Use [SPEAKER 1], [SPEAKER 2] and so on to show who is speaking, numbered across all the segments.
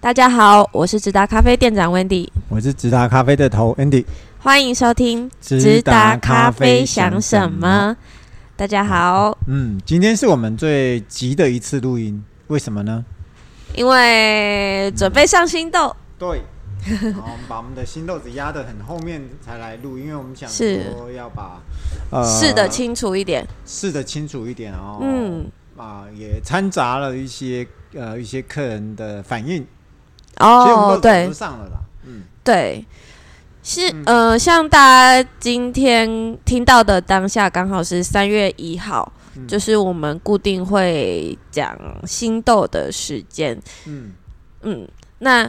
[SPEAKER 1] 大家好，我是直达咖啡店长 Wendy，
[SPEAKER 2] 我是直达咖啡的头 Andy。
[SPEAKER 1] 欢迎收听
[SPEAKER 2] 直达咖啡
[SPEAKER 1] 想
[SPEAKER 2] 想
[SPEAKER 1] 什
[SPEAKER 2] 什
[SPEAKER 1] 么
[SPEAKER 2] 么？
[SPEAKER 1] 大家好，
[SPEAKER 2] 嗯，今天是我们最急的一次录音，为什么呢？
[SPEAKER 1] 因为准备上新豆，
[SPEAKER 2] 对，好，我们把我们的新豆子压得很后面才来录，因为我们想
[SPEAKER 1] 是
[SPEAKER 2] 说要把呃
[SPEAKER 1] 试的清楚一点。
[SPEAKER 2] 试的清楚一点哦。
[SPEAKER 1] 嗯，
[SPEAKER 2] 啊，也掺杂了一些呃一些客人的反应，其实我们
[SPEAKER 1] 哦，
[SPEAKER 2] 都早
[SPEAKER 1] 对
[SPEAKER 2] 就上了啦。嗯，
[SPEAKER 1] 对，是呃，像大家今天听到的当下，刚好是三月一号，
[SPEAKER 2] 嗯
[SPEAKER 1] 就是我们固定会讲新豆的时间。
[SPEAKER 2] 嗯，
[SPEAKER 1] 嗯，那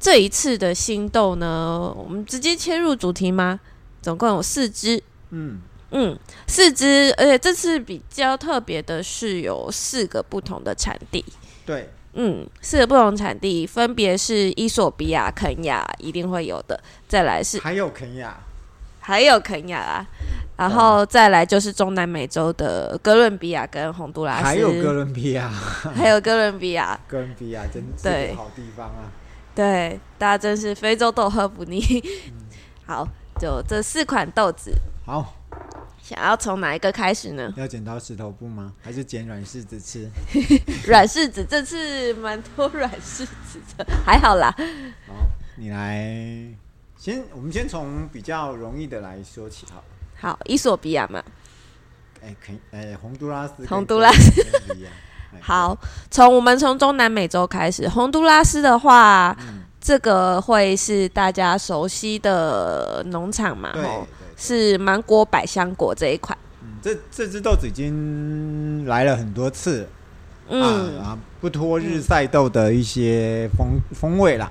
[SPEAKER 1] 这一次的心豆呢，我们直接切入主题吗？总共有四支，
[SPEAKER 2] 嗯，
[SPEAKER 1] 嗯，四支，而且这次比较特别的是有四个不同的产地，
[SPEAKER 2] 对，
[SPEAKER 1] 嗯，四个不同产地分别是伊索比亚、肯亚一定会有的，再来是
[SPEAKER 2] 还有肯亚，
[SPEAKER 1] 还有肯亚啦，然
[SPEAKER 2] 啊
[SPEAKER 1] 后再来就是中南美洲的哥伦比亚跟洪都拉斯，
[SPEAKER 2] 还有哥伦比亚，
[SPEAKER 1] 还有哥伦比亚，
[SPEAKER 2] 哥伦比亚真是
[SPEAKER 1] 对
[SPEAKER 2] 个好地方啊。
[SPEAKER 1] 对，大家真是非洲豆喝不腻。
[SPEAKER 2] 嗯
[SPEAKER 1] 好，就这四款豆子，
[SPEAKER 2] 好，
[SPEAKER 1] 想要从哪一个开始呢？
[SPEAKER 2] 要剪刀石头布吗？还是剪软柿子吃？
[SPEAKER 1] 软柿子，这次蛮多软柿子的，还好啦。
[SPEAKER 2] 好，你来先，我们先从比较容易的来说起哈。
[SPEAKER 1] 好，伊索比亚嘛，
[SPEAKER 2] 哎，肯哎，洪都拉斯跟
[SPEAKER 1] 洪都拉
[SPEAKER 2] 斯不一样。哎，
[SPEAKER 1] 好，从我们从中南美洲开始，洪都拉斯的话，
[SPEAKER 2] 嗯
[SPEAKER 1] 这个会是大家熟悉的农场嘛，
[SPEAKER 2] 对对
[SPEAKER 1] 吼，
[SPEAKER 2] 对，
[SPEAKER 1] 是芒果百香果这一款，
[SPEAKER 2] 嗯，这这只豆子已经来了很多次，
[SPEAKER 1] 嗯，
[SPEAKER 2] 啊，啊不脱日晒豆的一些风风味啦。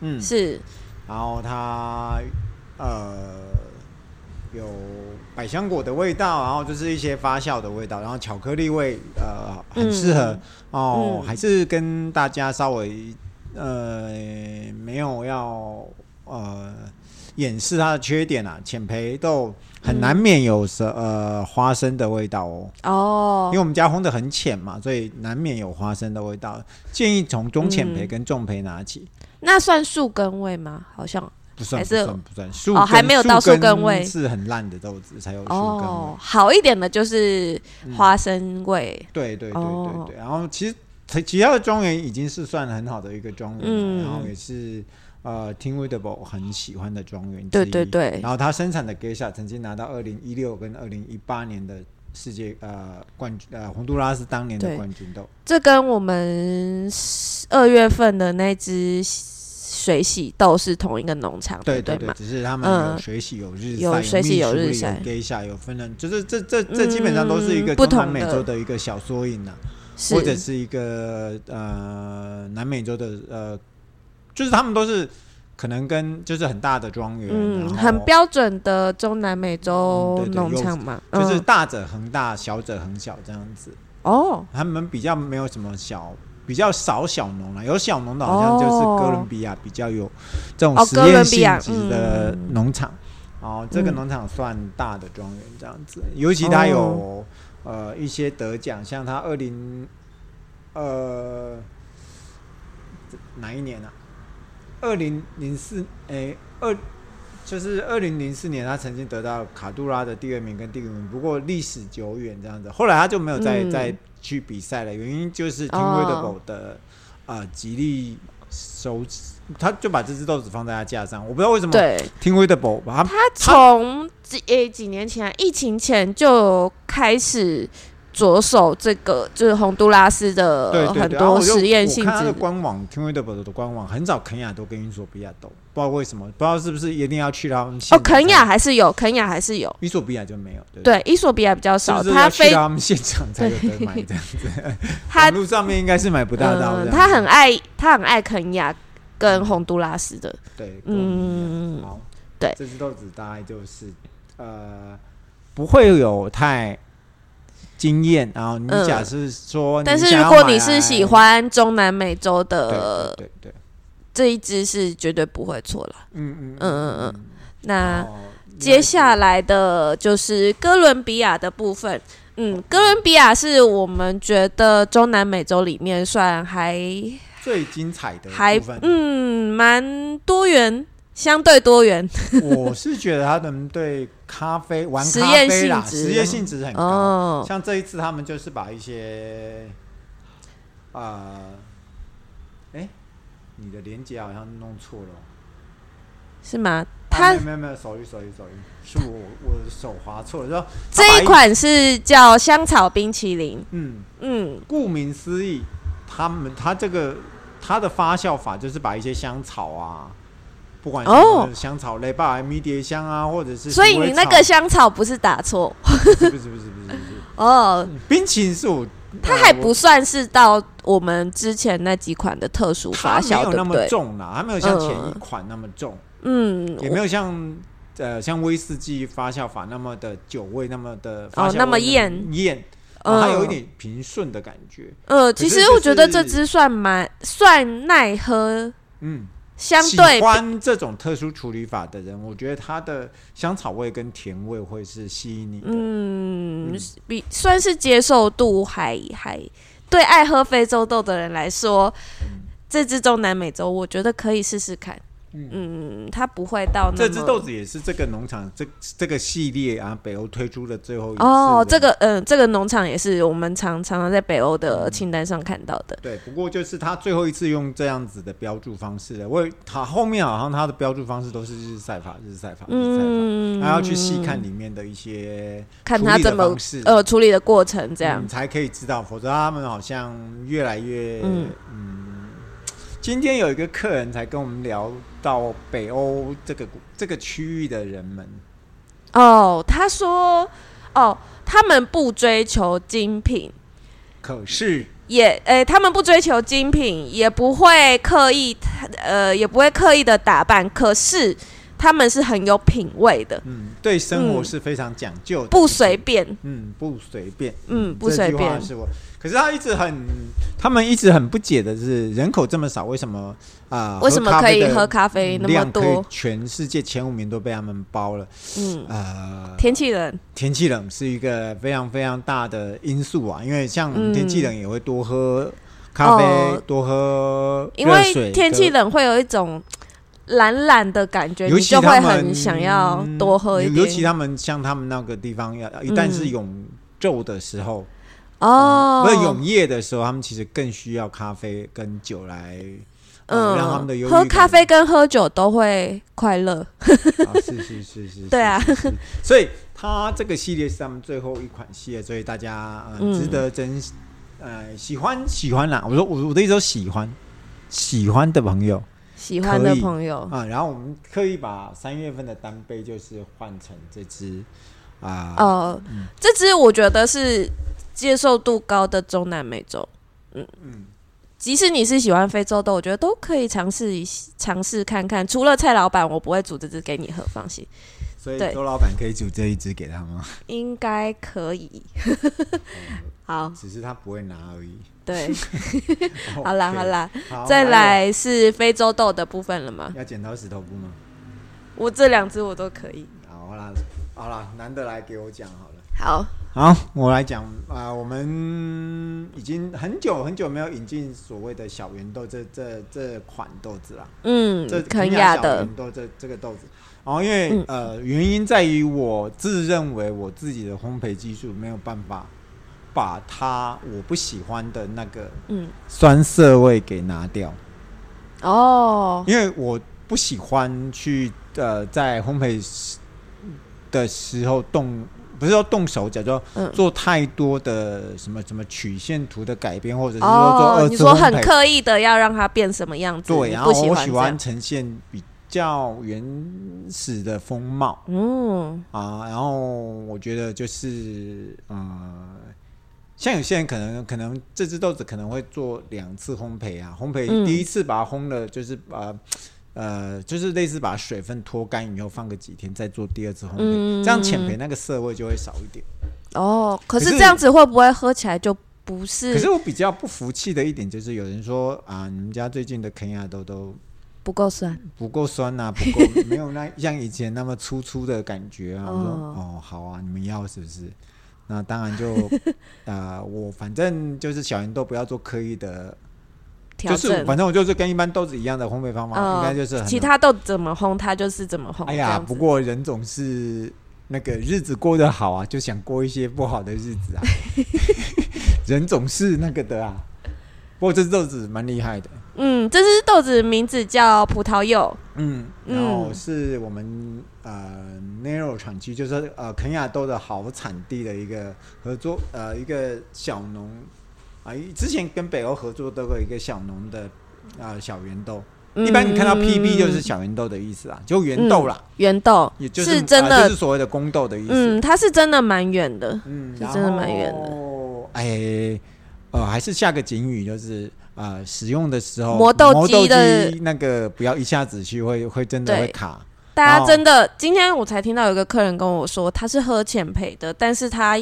[SPEAKER 2] 嗯，
[SPEAKER 1] 是
[SPEAKER 2] 然后它呃有百香果的味道，然后就是一些发酵的味道，然后巧克力味，呃，很适合、哦、
[SPEAKER 1] 嗯
[SPEAKER 2] 还是跟大家稍微呃没有要呃掩饰它的缺点啊，浅培豆很难免有什、呃花生的味道哦。
[SPEAKER 1] 哦
[SPEAKER 2] 因为，我们家烘的很浅嘛，所以难免有花生的味道。建议从中浅培
[SPEAKER 1] 嗯
[SPEAKER 2] 跟重培拿起。
[SPEAKER 1] 那算树根味吗？好像
[SPEAKER 2] 不算，
[SPEAKER 1] 还
[SPEAKER 2] 不
[SPEAKER 1] 是哦
[SPEAKER 2] 算，不算。树
[SPEAKER 1] 还
[SPEAKER 2] 根
[SPEAKER 1] 没有到树根味
[SPEAKER 2] 是很烂的豆子才有树根味。
[SPEAKER 1] 哦，好一点的就是花生味，
[SPEAKER 2] 对对对
[SPEAKER 1] 哦
[SPEAKER 2] 对对。然后其实其其他的庄园已经是算很好的一个庄园了，
[SPEAKER 1] 嗯
[SPEAKER 2] 然后也是呃 t i n w i d a b l e 很喜欢的庄园嗯之一。
[SPEAKER 1] 对对对
[SPEAKER 2] 然后它生产的 Geisha 曾经拿到二零一六跟二零一八年的世界呃冠军呃洪都拉斯当年的
[SPEAKER 1] 对
[SPEAKER 2] 冠军豆。
[SPEAKER 1] 这跟我们二月份的那只水洗豆是同一个农场的，
[SPEAKER 2] 对对对，
[SPEAKER 1] 吗？
[SPEAKER 2] 只是他们
[SPEAKER 1] 嗯
[SPEAKER 2] 有水洗、有日晒、
[SPEAKER 1] 有水洗
[SPEAKER 2] 有
[SPEAKER 1] 有日
[SPEAKER 2] 密苏里
[SPEAKER 1] 晒
[SPEAKER 2] 有 Geisha、有芬兰，就是这这这基本上都是一个
[SPEAKER 1] 嗯不
[SPEAKER 2] 中南
[SPEAKER 1] 同
[SPEAKER 2] 美
[SPEAKER 1] 的
[SPEAKER 2] 洲的一个小缩影啊。
[SPEAKER 1] 是
[SPEAKER 2] 或者是一个呃南美洲的呃，就是他们都是可能跟就是很大的庄园，
[SPEAKER 1] 嗯，
[SPEAKER 2] 然后
[SPEAKER 1] 很标准的中南美洲
[SPEAKER 2] 嗯对对
[SPEAKER 1] 农场嘛，嗯
[SPEAKER 2] 就是大者恒大，小者恒小这样子。
[SPEAKER 1] 哦，
[SPEAKER 2] 他们比较没有什么小，比较少小农啊了，有小农的好像就是哥伦比亚比较有这种
[SPEAKER 1] 哦
[SPEAKER 2] 实
[SPEAKER 1] 哥伦
[SPEAKER 2] 验
[SPEAKER 1] 比亚
[SPEAKER 2] 性质的
[SPEAKER 1] 嗯
[SPEAKER 2] 农场。哦，这个
[SPEAKER 1] 嗯
[SPEAKER 2] 农场算大的庄园这样子，尤其它有、
[SPEAKER 1] 哦
[SPEAKER 2] 呃一些得奖，像它二零呃这哪一年啊？二零零四诶二。就是二零零四年，他曾经得到卡杜拉的第二名跟第五名，不过历史久远这样子。后来他就没有再、
[SPEAKER 1] 嗯
[SPEAKER 2] 再去比赛了，原因就是
[SPEAKER 1] 哦
[SPEAKER 2] Tim w i d a b l e 的、呃吉利手指，他就把这只豆子放在他架上，我不知道为什么
[SPEAKER 1] 对，
[SPEAKER 2] Tim w i d a b l e 把它
[SPEAKER 1] 他从几诶几年前、啊疫情前就开始着手这个，就是洪都拉斯
[SPEAKER 2] 对
[SPEAKER 1] 的
[SPEAKER 2] 对
[SPEAKER 1] 很
[SPEAKER 2] 对，然后
[SPEAKER 1] 多
[SPEAKER 2] 我就
[SPEAKER 1] 实验性
[SPEAKER 2] 我看他
[SPEAKER 1] 质
[SPEAKER 2] 的，官网 Tim w i d a b l e 的官网很少肯雅都跟伊索比亚斗，不知道为什么，不知道是不是一定要去他们现
[SPEAKER 1] 哦，
[SPEAKER 2] 场
[SPEAKER 1] 肯雅、还是有，肯雅还是有。
[SPEAKER 2] 伊索比亚就没有，对不对？
[SPEAKER 1] 对，伊索比亚比较少，
[SPEAKER 2] 是不是
[SPEAKER 1] 他
[SPEAKER 2] 要去
[SPEAKER 1] 非
[SPEAKER 2] 到他们现场才有得买 这样子？
[SPEAKER 1] 他
[SPEAKER 2] 网络上面应该是买不大到的、
[SPEAKER 1] 嗯，他很爱他很爱肯亚跟洪都拉斯的，
[SPEAKER 2] 对，嗯，
[SPEAKER 1] 嗯，
[SPEAKER 2] 好，
[SPEAKER 1] 对
[SPEAKER 2] 这只豆子大概就是呃，不会有太惊艳。然后你
[SPEAKER 1] 嗯
[SPEAKER 2] 假设说、
[SPEAKER 1] 但是如果你是喜，欢中南美洲
[SPEAKER 2] 对
[SPEAKER 1] 的
[SPEAKER 2] 对对对，
[SPEAKER 1] 这一支是绝对不会错了。
[SPEAKER 2] 嗯嗯
[SPEAKER 1] 嗯嗯
[SPEAKER 2] 嗯。
[SPEAKER 1] 那
[SPEAKER 2] 哦
[SPEAKER 1] 接下来的就是哥伦比亚的部分，嗯，哥伦比亚是我们觉得中南美洲里面算还
[SPEAKER 2] 最精彩的
[SPEAKER 1] 还
[SPEAKER 2] 部分。
[SPEAKER 1] 嗯蛮多元，相对多元。
[SPEAKER 2] 我是觉得他们对咖啡玩
[SPEAKER 1] 实
[SPEAKER 2] 咖
[SPEAKER 1] 验
[SPEAKER 2] 啡啦，
[SPEAKER 1] 性质
[SPEAKER 2] 实验性质很高。
[SPEAKER 1] 哦，
[SPEAKER 2] 像这一次，他们就是把一些，啊、哎、你的连接好像弄错了哦。
[SPEAKER 1] 是吗？
[SPEAKER 2] 啊、
[SPEAKER 1] 它
[SPEAKER 2] 没有没有没有，手语手语手语，是我我的手滑错了，就说他把
[SPEAKER 1] 这一款是叫香草冰淇淋，
[SPEAKER 2] 嗯，
[SPEAKER 1] 嗯，
[SPEAKER 2] 顾名思义，他们他这个它的发酵法就是把一些香草啊，不管是
[SPEAKER 1] 哦
[SPEAKER 2] 香草类，把迷迭香啊，或者是
[SPEAKER 1] 所以
[SPEAKER 2] 鼠尾
[SPEAKER 1] 你那
[SPEAKER 2] 草
[SPEAKER 1] 个香草不是打错
[SPEAKER 2] 不是不是不是不是不是，
[SPEAKER 1] 哦，
[SPEAKER 2] 冰淇淋是我
[SPEAKER 1] 它
[SPEAKER 2] 呃
[SPEAKER 1] 还
[SPEAKER 2] 我
[SPEAKER 1] 不算是到我们之前那几款的特殊
[SPEAKER 2] 它
[SPEAKER 1] 发
[SPEAKER 2] 没
[SPEAKER 1] 酵，
[SPEAKER 2] 有
[SPEAKER 1] 对
[SPEAKER 2] 那
[SPEAKER 1] 不
[SPEAKER 2] 么
[SPEAKER 1] 对？
[SPEAKER 2] 重啦，它没有像前一
[SPEAKER 1] 嗯
[SPEAKER 2] 款那么重，
[SPEAKER 1] 嗯，
[SPEAKER 2] 也没有像呃像威士忌发酵法那么的酒味那么的发酵
[SPEAKER 1] 哦
[SPEAKER 2] 味
[SPEAKER 1] 那么
[SPEAKER 2] 艳，
[SPEAKER 1] 嗯
[SPEAKER 2] 啊它有一点平顺的感觉，
[SPEAKER 1] 呃，
[SPEAKER 2] 可
[SPEAKER 1] 其
[SPEAKER 2] 是
[SPEAKER 1] 实我觉得这支算蛮算耐喝，
[SPEAKER 2] 嗯。
[SPEAKER 1] 相对
[SPEAKER 2] 喜欢这种特殊处理法的人，我觉得它的香草味跟甜味会是吸引你的。
[SPEAKER 1] 嗯
[SPEAKER 2] 嗯
[SPEAKER 1] 比算是接受度还还对爱喝非洲豆的人来说，这支中南美洲我觉得可以试试看。嗯，它不会到那
[SPEAKER 2] 这只
[SPEAKER 1] 么
[SPEAKER 2] 豆子也是这个农场这这个系列啊，北欧推出的最后一次
[SPEAKER 1] 哦，这
[SPEAKER 2] 个
[SPEAKER 1] 个嗯、这个农场也是我们常常常在北欧的清单上看到的。
[SPEAKER 2] 对，不过就是他最后一次用这样子的标注方式了。我他后面好像他的标注方式都是日晒法、日晒法、日晒
[SPEAKER 1] 嗯，
[SPEAKER 2] 法，还要去细看里面的一些
[SPEAKER 1] 看
[SPEAKER 2] 处
[SPEAKER 1] 它
[SPEAKER 2] 理
[SPEAKER 1] 怎
[SPEAKER 2] 的
[SPEAKER 1] 么
[SPEAKER 2] 方式，嗯
[SPEAKER 1] 呃处理的过程这样
[SPEAKER 2] 你。才可以知道，否则他们好像越来越
[SPEAKER 1] 嗯
[SPEAKER 2] 嗯今天有一个客人才跟我们聊到北欧这个这个区域的人们，
[SPEAKER 1] 哦，他说哦，他们不追求精品，
[SPEAKER 2] 可是
[SPEAKER 1] 也诶、他们不追求精品，也不会刻意呃，也不会刻意的打扮，可是他们是很有品味的，
[SPEAKER 2] 嗯，对生活
[SPEAKER 1] 嗯
[SPEAKER 2] 是非常讲究的，
[SPEAKER 1] 不随便。
[SPEAKER 2] 嗯不随便，
[SPEAKER 1] 嗯，不
[SPEAKER 2] 这
[SPEAKER 1] 随
[SPEAKER 2] 句话
[SPEAKER 1] 便。
[SPEAKER 2] 是我。可是他一直很，他们一直很不解的是，人口这么少，为什么啊？
[SPEAKER 1] 为什么可以喝
[SPEAKER 2] 喝
[SPEAKER 1] 咖
[SPEAKER 2] 咖
[SPEAKER 1] 啡
[SPEAKER 2] 啡
[SPEAKER 1] 那
[SPEAKER 2] 的
[SPEAKER 1] 么
[SPEAKER 2] 量可以
[SPEAKER 1] 多？
[SPEAKER 2] 全世界前五名都被他们包了。
[SPEAKER 1] 嗯，
[SPEAKER 2] 呃，
[SPEAKER 1] 天气冷。
[SPEAKER 2] 天气冷是一个非常非常大的因素啊，因为像
[SPEAKER 1] 嗯
[SPEAKER 2] 天气冷也会多喝咖啡，
[SPEAKER 1] 哦
[SPEAKER 2] 多喝
[SPEAKER 1] 因
[SPEAKER 2] 热水
[SPEAKER 1] 为天气冷会有一种懒懒的感觉，
[SPEAKER 2] 尤
[SPEAKER 1] 你
[SPEAKER 2] 其
[SPEAKER 1] 就
[SPEAKER 2] 他
[SPEAKER 1] 会
[SPEAKER 2] 们
[SPEAKER 1] 很想要多喝一
[SPEAKER 2] 尤尤其
[SPEAKER 1] 点。
[SPEAKER 2] 他们像他们那个地方，要一旦是永昼的时候，
[SPEAKER 1] 哦
[SPEAKER 2] 不是，永夜的时候，他们其实更需要咖啡跟酒来，呃让他们的
[SPEAKER 1] 嗯，
[SPEAKER 2] 忧郁感
[SPEAKER 1] 喝咖啡跟喝酒都会快乐。
[SPEAKER 2] 啊是是是是，
[SPEAKER 1] 对 啊
[SPEAKER 2] 是，是是所以它这个系列是他们最后一款系列，所以大家呃
[SPEAKER 1] 嗯
[SPEAKER 2] 值得珍惜，呃喜欢喜欢啦，我说我我的意思说喜欢喜欢的朋友
[SPEAKER 1] 喜欢的朋友，
[SPEAKER 2] 啊，然后我们刻意把三月份的单杯就是换成这支啊，
[SPEAKER 1] 呃，这支我觉得是接受度高的中南美洲。
[SPEAKER 2] 嗯，
[SPEAKER 1] 即使你是喜欢非洲豆，我觉得都可以尝试一尝试看看。除了蔡老板，我不会煮这支给你喝，放心，
[SPEAKER 2] 所以
[SPEAKER 1] 对
[SPEAKER 2] 周老板可以煮这一支给他吗？
[SPEAKER 1] 应该可以。 好，
[SPEAKER 2] 只是他不会拿而已。
[SPEAKER 1] 对， 好啦
[SPEAKER 2] OK，
[SPEAKER 1] 好啦，
[SPEAKER 2] 好，
[SPEAKER 1] 再
[SPEAKER 2] 还有
[SPEAKER 1] 来是非洲豆的部分了吗？
[SPEAKER 2] 要剪刀石头布吗？
[SPEAKER 1] 我这两支我都可以。
[SPEAKER 2] 好啦，好啦，难得来给我讲好了。
[SPEAKER 1] 好，
[SPEAKER 2] 好，我来讲啊、我们已经很久很久没有引进所谓的小圆豆这这这款豆子啦，
[SPEAKER 1] 嗯
[SPEAKER 2] 这，
[SPEAKER 1] 肯亚
[SPEAKER 2] 小
[SPEAKER 1] 的
[SPEAKER 2] 圆，豆这这个豆子。然后因为、
[SPEAKER 1] 嗯
[SPEAKER 2] 呃，原因在于我自认为我自己的烘焙技术没有办法把它我不喜欢的那个
[SPEAKER 1] 嗯，
[SPEAKER 2] 酸涩味给拿掉。
[SPEAKER 1] 哦，
[SPEAKER 2] 因为我不喜欢去呃在烘焙时的时候动，不是说动手脚，就
[SPEAKER 1] 嗯
[SPEAKER 2] 做太多的什么什么曲线图的改变，或者是说做
[SPEAKER 1] 哦
[SPEAKER 2] 二，
[SPEAKER 1] 你
[SPEAKER 2] 次
[SPEAKER 1] 说
[SPEAKER 2] 烘
[SPEAKER 1] 很
[SPEAKER 2] 焙。
[SPEAKER 1] 刻意的要让它变什么样子？
[SPEAKER 2] 对，
[SPEAKER 1] 你
[SPEAKER 2] 然后
[SPEAKER 1] 不喜
[SPEAKER 2] 我
[SPEAKER 1] 欢
[SPEAKER 2] 喜
[SPEAKER 1] 这样
[SPEAKER 2] 欢呈现比较原始的风貌
[SPEAKER 1] 嗯，
[SPEAKER 2] 啊，然后我觉得就是呃。像有些人可能可能这只豆子可能会做两次烘焙啊，烘焙
[SPEAKER 1] 嗯
[SPEAKER 2] 第一次把它烘了，就是呃呃，就是类似把水分脱干以后放个几天，再做第二次烘焙，
[SPEAKER 1] 嗯
[SPEAKER 2] 这样浅焙那个涩味就会少一点。
[SPEAKER 1] 哦，可
[SPEAKER 2] 可
[SPEAKER 1] 是
[SPEAKER 2] 是
[SPEAKER 1] 这样子会不会喝起来就不是
[SPEAKER 2] 可是我比较不服气的一点就是，有人说啊，你们家最近的肯亚豆都
[SPEAKER 1] 不够酸？
[SPEAKER 2] 不够 酸呐、不够没有那像以前那么粗粗的感觉啊。我说
[SPEAKER 1] 哦
[SPEAKER 2] 哦，好啊，你们要是不是？那呃当然就啊、我反正就是小圆豆不要做刻意的
[SPEAKER 1] 调
[SPEAKER 2] 就
[SPEAKER 1] 整。
[SPEAKER 2] 是反正我就是跟一般豆子一样的烘焙方法，
[SPEAKER 1] 呃
[SPEAKER 2] 应该就是很
[SPEAKER 1] 其。他豆怎么烘，它就是怎么烘。
[SPEAKER 2] 哎
[SPEAKER 1] 这
[SPEAKER 2] 呀，
[SPEAKER 1] 样子
[SPEAKER 2] 不过人总是那个日子过得好啊，就想过一些不好的日 子啊。人总是那个的啊。不过这豆子蛮厉害的，
[SPEAKER 1] 嗯，这只豆子名字叫葡萄柚，
[SPEAKER 2] 嗯，然后
[SPEAKER 1] 嗯
[SPEAKER 2] 是我们呃 Narrow 产区，就是呃肯亚豆的好产地的一个合作，呃一个小农啊、之前跟北欧合作都有一个小农的啊、呃小圆豆，一般你看到
[SPEAKER 1] 嗯
[SPEAKER 2] PB 就是小圆豆的意思啊，就圆豆啦，
[SPEAKER 1] 圆豆，
[SPEAKER 2] 也就是
[SPEAKER 1] 嗯真的
[SPEAKER 2] 呃就是所谓的公豆的意思，
[SPEAKER 1] 嗯，它是真的蛮圆的。
[SPEAKER 2] 嗯，
[SPEAKER 1] 是
[SPEAKER 2] 然
[SPEAKER 1] 真的蛮远的
[SPEAKER 2] 后哎。呃，还是下个警语，就是呃，使用的时候
[SPEAKER 1] 磨豆
[SPEAKER 2] 磨
[SPEAKER 1] 机的
[SPEAKER 2] 机那个不要一下子去，会会真的
[SPEAKER 1] 对
[SPEAKER 2] 会卡。
[SPEAKER 1] 大家
[SPEAKER 2] 哦
[SPEAKER 1] 真的，今天我才听到有一个客人跟我说，他是喝浅焙的，但是他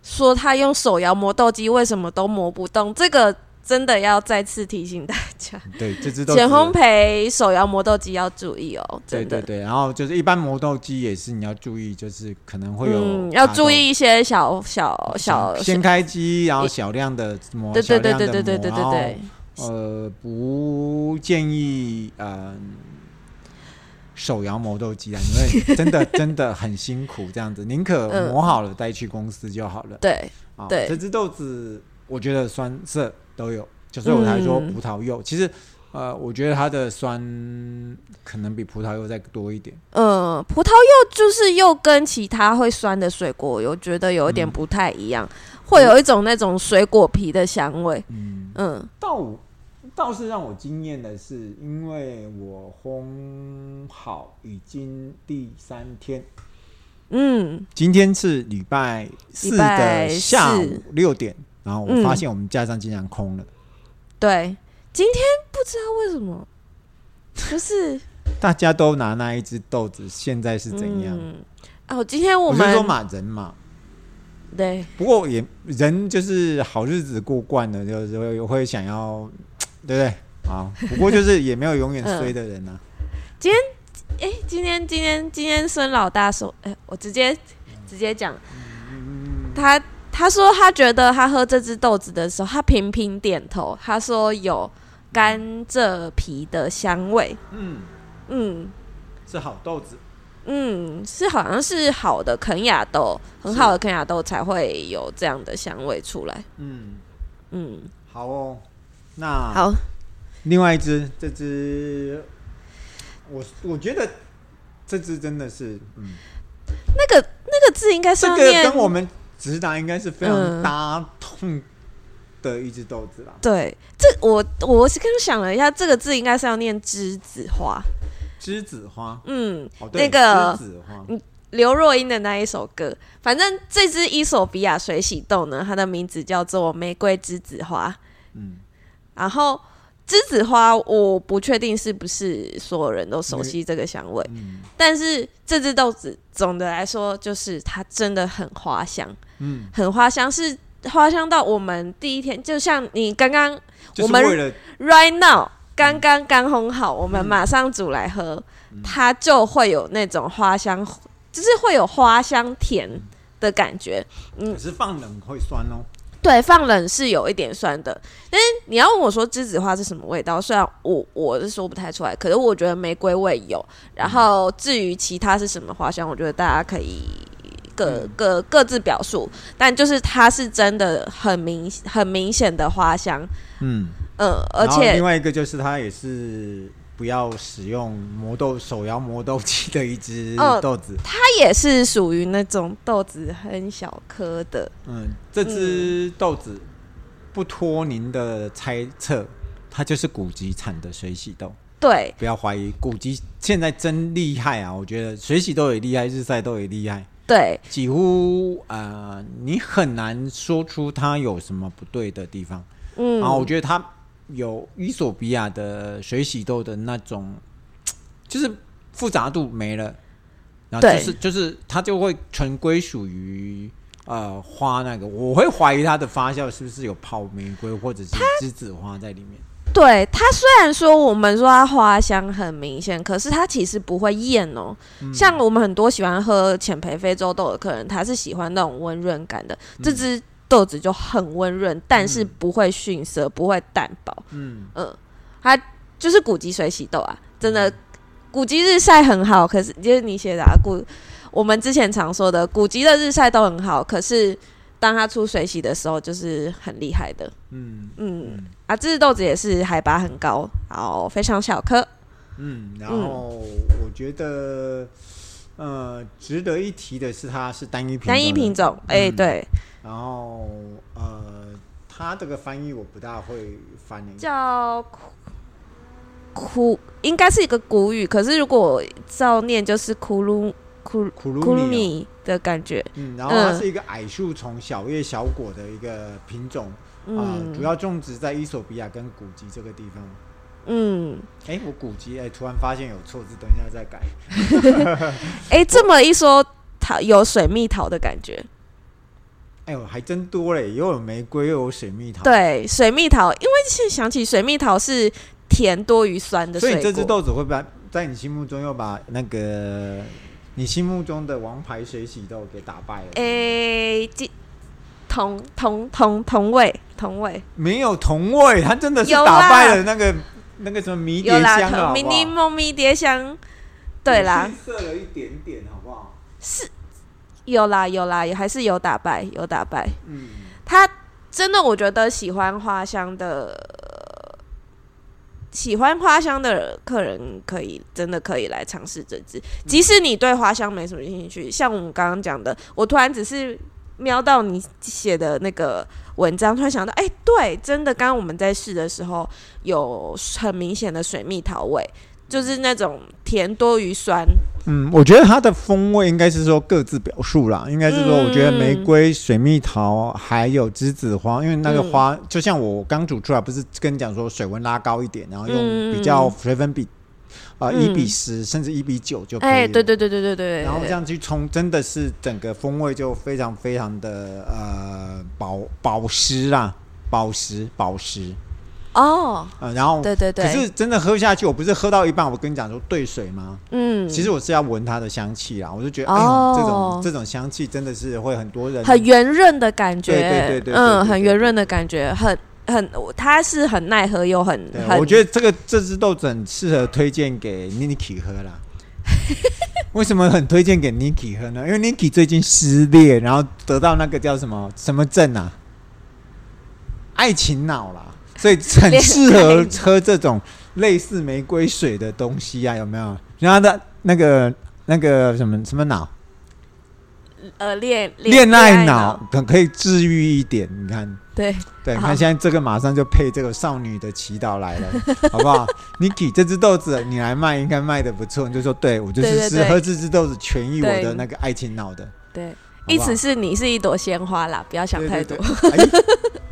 [SPEAKER 1] 说他用手摇磨豆机为什么都磨不动，这个真的要再次提醒大家，
[SPEAKER 2] 对，这只豆
[SPEAKER 1] 浅
[SPEAKER 2] 子
[SPEAKER 1] 烘焙手摇磨豆机要注意哦，
[SPEAKER 2] 对
[SPEAKER 1] 真的
[SPEAKER 2] 对，对，然后就是一般磨豆机也是你要注意，就是可能会有、
[SPEAKER 1] 嗯，要注意一些小小小，
[SPEAKER 2] 先开机，然后小量的磨，
[SPEAKER 1] 对
[SPEAKER 2] 哦小
[SPEAKER 1] 对对
[SPEAKER 2] 量
[SPEAKER 1] 对
[SPEAKER 2] 的
[SPEAKER 1] 对对对对
[SPEAKER 2] 磨
[SPEAKER 1] 对，，
[SPEAKER 2] 然后呃，不建议呃手摇磨豆机啊，因 为真的真的很辛苦，这样子，宁可
[SPEAKER 1] 嗯
[SPEAKER 2] 磨好了带去公司就好了。
[SPEAKER 1] 对，
[SPEAKER 2] 啊，
[SPEAKER 1] 对
[SPEAKER 2] 这只豆子我觉得酸涩都有，就所以我才说
[SPEAKER 1] 嗯
[SPEAKER 2] 葡萄柚，其实。呃，我觉得它的酸可能比葡萄柚再多一点。
[SPEAKER 1] 嗯，葡萄柚就是又跟其他会酸的水果，我觉得有一点
[SPEAKER 2] 嗯
[SPEAKER 1] 不太一样，会有一种那种水果皮的香味，
[SPEAKER 2] 嗯，
[SPEAKER 1] 嗯
[SPEAKER 2] 倒我倒是让我惊艳的是，因为我烘好已经第三天，
[SPEAKER 1] 嗯。
[SPEAKER 2] 今天是礼拜四
[SPEAKER 1] 礼拜
[SPEAKER 2] 的
[SPEAKER 1] 四
[SPEAKER 2] 下午六点，然后我
[SPEAKER 1] 嗯
[SPEAKER 2] 发现我们架上竟然空了，
[SPEAKER 1] 对，今天不知道为什么，就是
[SPEAKER 2] 大家都拿那一只豆子，现在是怎样？
[SPEAKER 1] 嗯、啊，我今天我
[SPEAKER 2] 我是说
[SPEAKER 1] 们
[SPEAKER 2] 嘛人嘛，
[SPEAKER 1] 对，
[SPEAKER 2] 不过也人就是好日子过惯了，就是会会想要，对不对？啊，不过就是也没有永远
[SPEAKER 1] 嗯
[SPEAKER 2] 衰的人啊。
[SPEAKER 1] 哎、今天今天今天孙老大说，哎、我直接直接讲，他他说他觉得他喝这只豆子的时候，他频频点头，他说有甘蔗皮的香味，
[SPEAKER 2] 嗯，
[SPEAKER 1] 嗯。
[SPEAKER 2] 是好豆子。
[SPEAKER 1] 嗯，是好像是好的肯亚豆，很好的肯亚豆才会有这样的香味出来。
[SPEAKER 2] 嗯，
[SPEAKER 1] 嗯，
[SPEAKER 2] 好哦。那
[SPEAKER 1] 好，
[SPEAKER 2] 另外一只，这只，我我觉得这只真的是，嗯，
[SPEAKER 1] 那个那个字应该是
[SPEAKER 2] 这
[SPEAKER 1] 要
[SPEAKER 2] 个
[SPEAKER 1] 念
[SPEAKER 2] 跟我们直达应该是非常
[SPEAKER 1] 嗯
[SPEAKER 2] 搭痛的一只豆子啦。
[SPEAKER 1] 对，这我我是刚想了一下，这个字应该是要念栀子花。
[SPEAKER 2] 栀子花，
[SPEAKER 1] 嗯，
[SPEAKER 2] 哦，对，
[SPEAKER 1] 那个嗯
[SPEAKER 2] 栀子花，
[SPEAKER 1] 刘若英的那一首歌，反正这只伊索比亚水洗豆呢，它的名字叫做玫瑰栀子花。
[SPEAKER 2] 嗯，
[SPEAKER 1] 然后栀子花，我不确定是不是所有人都熟悉这个香味，
[SPEAKER 2] 嗯
[SPEAKER 1] 但是这只豆子总的来说就是它真的很花香，
[SPEAKER 2] 嗯，
[SPEAKER 1] 很花香，是花香到我们第一天，就像你刚刚
[SPEAKER 2] 就
[SPEAKER 1] 我
[SPEAKER 2] 是
[SPEAKER 1] 们
[SPEAKER 2] 为了
[SPEAKER 1] right now 刚刚刚烘好，我们马上煮来喝，它就会有那种花香，就是会有花香甜的感觉。
[SPEAKER 2] 可是放冷会酸哦，
[SPEAKER 1] 对，放冷是有一点酸的，但是你要问我说栀子花是什么味道，虽然我我是说不太出来，可是我觉得玫瑰味有。然后至于其他是什么花香，我觉得大家可以各各各自表述，但就是它是真的很明很明显的花香，
[SPEAKER 2] 嗯，
[SPEAKER 1] 嗯，而
[SPEAKER 2] 然后
[SPEAKER 1] 且
[SPEAKER 2] 另外一个就是它也是不要使用磨豆手摇磨豆机的一只
[SPEAKER 1] 哦
[SPEAKER 2] 豆子，
[SPEAKER 1] 它也是属于那种豆子很小颗的，
[SPEAKER 2] 嗯，这只豆子不脱您的猜测，它就是古籍产的水洗豆，
[SPEAKER 1] 对，
[SPEAKER 2] 不要怀疑。古籍现在真厉害啊！我觉得水洗豆也厉害，日晒豆也厉害，
[SPEAKER 1] 对，
[SPEAKER 2] 几乎呃，你很难说出它有什么不对的地方。
[SPEAKER 1] 嗯，
[SPEAKER 2] 然后我觉得它有伊索比亚的水洗豆的那种，就是复杂度没了，然后就
[SPEAKER 1] 对
[SPEAKER 2] 是就是它就会纯归属于呃花那个，我会怀疑它的发酵是不是有泡玫瑰或者是栀子花在里面。
[SPEAKER 1] 对它虽然说我们说它花香很明显，可是它其实不会厌哦。像我们很多喜欢喝浅焙非洲豆的客人，他是喜欢那种温润感的。这只豆子就很温润，但是
[SPEAKER 2] 嗯
[SPEAKER 1] 不会逊色，不会淡薄。
[SPEAKER 2] 嗯，
[SPEAKER 1] 嗯，它就是古籍水洗豆啊，真的，古籍日晒很好，可是就是你写的啊，古我们之前常说的古籍的日晒都很好，可是当它出水洗的时候，就是很厉害的。
[SPEAKER 2] 嗯
[SPEAKER 1] 嗯，啊，这只豆子也是海拔很高，好，非常小颗。
[SPEAKER 2] 嗯，然后我觉得，呃，值得一提的是，它是单一品种的
[SPEAKER 1] 单一品种，哎、
[SPEAKER 2] 嗯
[SPEAKER 1] 对，
[SPEAKER 2] 然后呃，它这个翻译我不大会翻译，
[SPEAKER 1] 叫苦苦，应该是一个古语，可是如果照念就是库鲁库库
[SPEAKER 2] 库
[SPEAKER 1] 鲁
[SPEAKER 2] 鲁米哦，
[SPEAKER 1] 米的感觉，
[SPEAKER 2] 嗯，然后它
[SPEAKER 1] 嗯
[SPEAKER 2] 是一个矮树丛小叶小果的一个品种啊、
[SPEAKER 1] 嗯、
[SPEAKER 2] 主要种植在伊索比亚跟古吉这个地方。
[SPEAKER 1] 嗯，
[SPEAKER 2] 哎，我古吉哎，突然发现有错字，等一下再改。
[SPEAKER 1] 哎、这么一说，桃有水蜜桃的感觉，
[SPEAKER 2] 哎呦，还真多嘞，又有玫瑰，又有水蜜桃。，
[SPEAKER 1] 对，水蜜桃，因为现在想起水蜜桃是甜多于酸的
[SPEAKER 2] 所
[SPEAKER 1] 水
[SPEAKER 2] 以
[SPEAKER 1] 果，
[SPEAKER 2] 这只豆子会把在你心目中又把那个你心目中的王牌水洗豆给打败了。
[SPEAKER 1] 哎、这同同同同味同味，
[SPEAKER 2] 没有同位，它真的是
[SPEAKER 1] 有
[SPEAKER 2] 打
[SPEAKER 1] 啦
[SPEAKER 2] 败了那个那个什么迷
[SPEAKER 1] 有
[SPEAKER 2] 迭
[SPEAKER 1] 啦，
[SPEAKER 2] 香了，啊
[SPEAKER 1] 同
[SPEAKER 2] 好嗯
[SPEAKER 1] 迷
[SPEAKER 2] 不
[SPEAKER 1] 你
[SPEAKER 2] 好？
[SPEAKER 1] 梦迷迭香，对啦，
[SPEAKER 2] 色了一点点，好不好？
[SPEAKER 1] 有啦有啦，也还是有打败，有打败。
[SPEAKER 2] 嗯，
[SPEAKER 1] 他真的，我觉得喜欢花香的，呃喜欢花香的客人可以真的可以来尝试这支。即使你对花香没什么兴趣，像我们刚刚讲的，我突然只是瞄到你写的那个文章，突然想到，哎、对，真的，刚刚我们在试的时候有很明显的水蜜桃味，就是那种甜多于酸。
[SPEAKER 2] 嗯，我觉得它的风味应该是说各自表述啦，应该是
[SPEAKER 1] 嗯
[SPEAKER 2] 说，我觉得玫瑰、水蜜桃还有栀子花，因为那个
[SPEAKER 1] 嗯
[SPEAKER 2] 花、就像我刚煮出来，不是跟你讲说水温拉高一点，然后用比
[SPEAKER 1] 嗯
[SPEAKER 2] 较水粉比啊一、比十甚至一比九就可以了。
[SPEAKER 1] 哎、对对对对对对。
[SPEAKER 2] 然后这样去冲，真的是整个风味就非常非常的呃保保湿啊，保湿保湿
[SPEAKER 1] 哦，
[SPEAKER 2] 呃，然后
[SPEAKER 1] 对对对，
[SPEAKER 2] 可是真的喝下去，我不是喝到一半，我跟你讲说兑水吗？
[SPEAKER 1] 嗯，
[SPEAKER 2] 其实我是要闻它的香气啦，我就觉得，
[SPEAKER 1] 哦
[SPEAKER 2] 哎呦，这种这种香气真的是会很多人
[SPEAKER 1] 很圆润的感觉，
[SPEAKER 2] 对对对对对对
[SPEAKER 1] 嗯，
[SPEAKER 2] 对
[SPEAKER 1] 很圆润的感觉，很很，它是很耐喝又很
[SPEAKER 2] 对，
[SPEAKER 1] 很，
[SPEAKER 2] 我觉得这个这支豆子很适合推荐给 Niki 喝啦。 为什么很推荐给 Niki 喝呢？因为 Niki 最近失恋，然后得到那个叫什么什么症啊，爱情脑啦，所以很适合喝这种类似玫瑰水的东西啊，有没有？然后的那个那个什么什么脑，
[SPEAKER 1] 呃恋
[SPEAKER 2] 恋爱脑，可可以治愈一点，你看。
[SPEAKER 1] 对，
[SPEAKER 2] 对，你
[SPEAKER 1] 好
[SPEAKER 2] 看现在这个马上就配这个少女的祈祷 来了，好不好？Niki 这只豆子你来卖，应该卖的不错。你就说，对我就
[SPEAKER 1] 对
[SPEAKER 2] 是
[SPEAKER 1] 对
[SPEAKER 2] 吃
[SPEAKER 1] 对
[SPEAKER 2] 喝这只豆子痊愈我
[SPEAKER 1] 对
[SPEAKER 2] 的那个爱情脑的，
[SPEAKER 1] 对，
[SPEAKER 2] 好不
[SPEAKER 1] 意
[SPEAKER 2] 好
[SPEAKER 1] 思是你是一朵鲜花啦，不要想太多。。
[SPEAKER 2] 对对对哎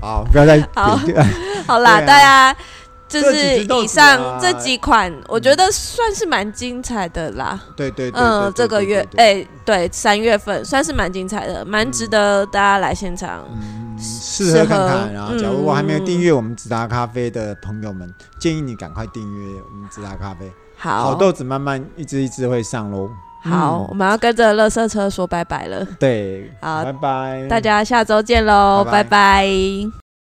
[SPEAKER 2] 好，不要再
[SPEAKER 1] 好
[SPEAKER 2] 贬低哎
[SPEAKER 1] 好啦，
[SPEAKER 2] 对啊
[SPEAKER 1] 大家就
[SPEAKER 2] 这几
[SPEAKER 1] 是
[SPEAKER 2] 只豆
[SPEAKER 1] 以
[SPEAKER 2] 子啊
[SPEAKER 1] 上这几款，我觉得算是蛮精彩的啦。
[SPEAKER 2] 对对对对，
[SPEAKER 1] 嗯，
[SPEAKER 2] 对
[SPEAKER 1] 这个月，
[SPEAKER 2] 对对
[SPEAKER 1] 哎，对，三月份算是蛮精彩的，蛮值得大家来现场。
[SPEAKER 2] 嗯适合看
[SPEAKER 1] 适合
[SPEAKER 2] 看。然后，假如我还没有
[SPEAKER 1] 嗯
[SPEAKER 2] 订阅我们直达咖啡的朋友们，建议你赶快订阅我们直达咖啡。好
[SPEAKER 1] 好，
[SPEAKER 2] 豆子慢慢一只一只会上喽。
[SPEAKER 1] 好，我
[SPEAKER 2] 嗯，
[SPEAKER 1] 们要跟着乐色车说拜拜了。
[SPEAKER 2] 对，
[SPEAKER 1] 好
[SPEAKER 2] 拜拜，
[SPEAKER 1] 大家下周见喽，
[SPEAKER 2] 拜拜
[SPEAKER 1] 拜拜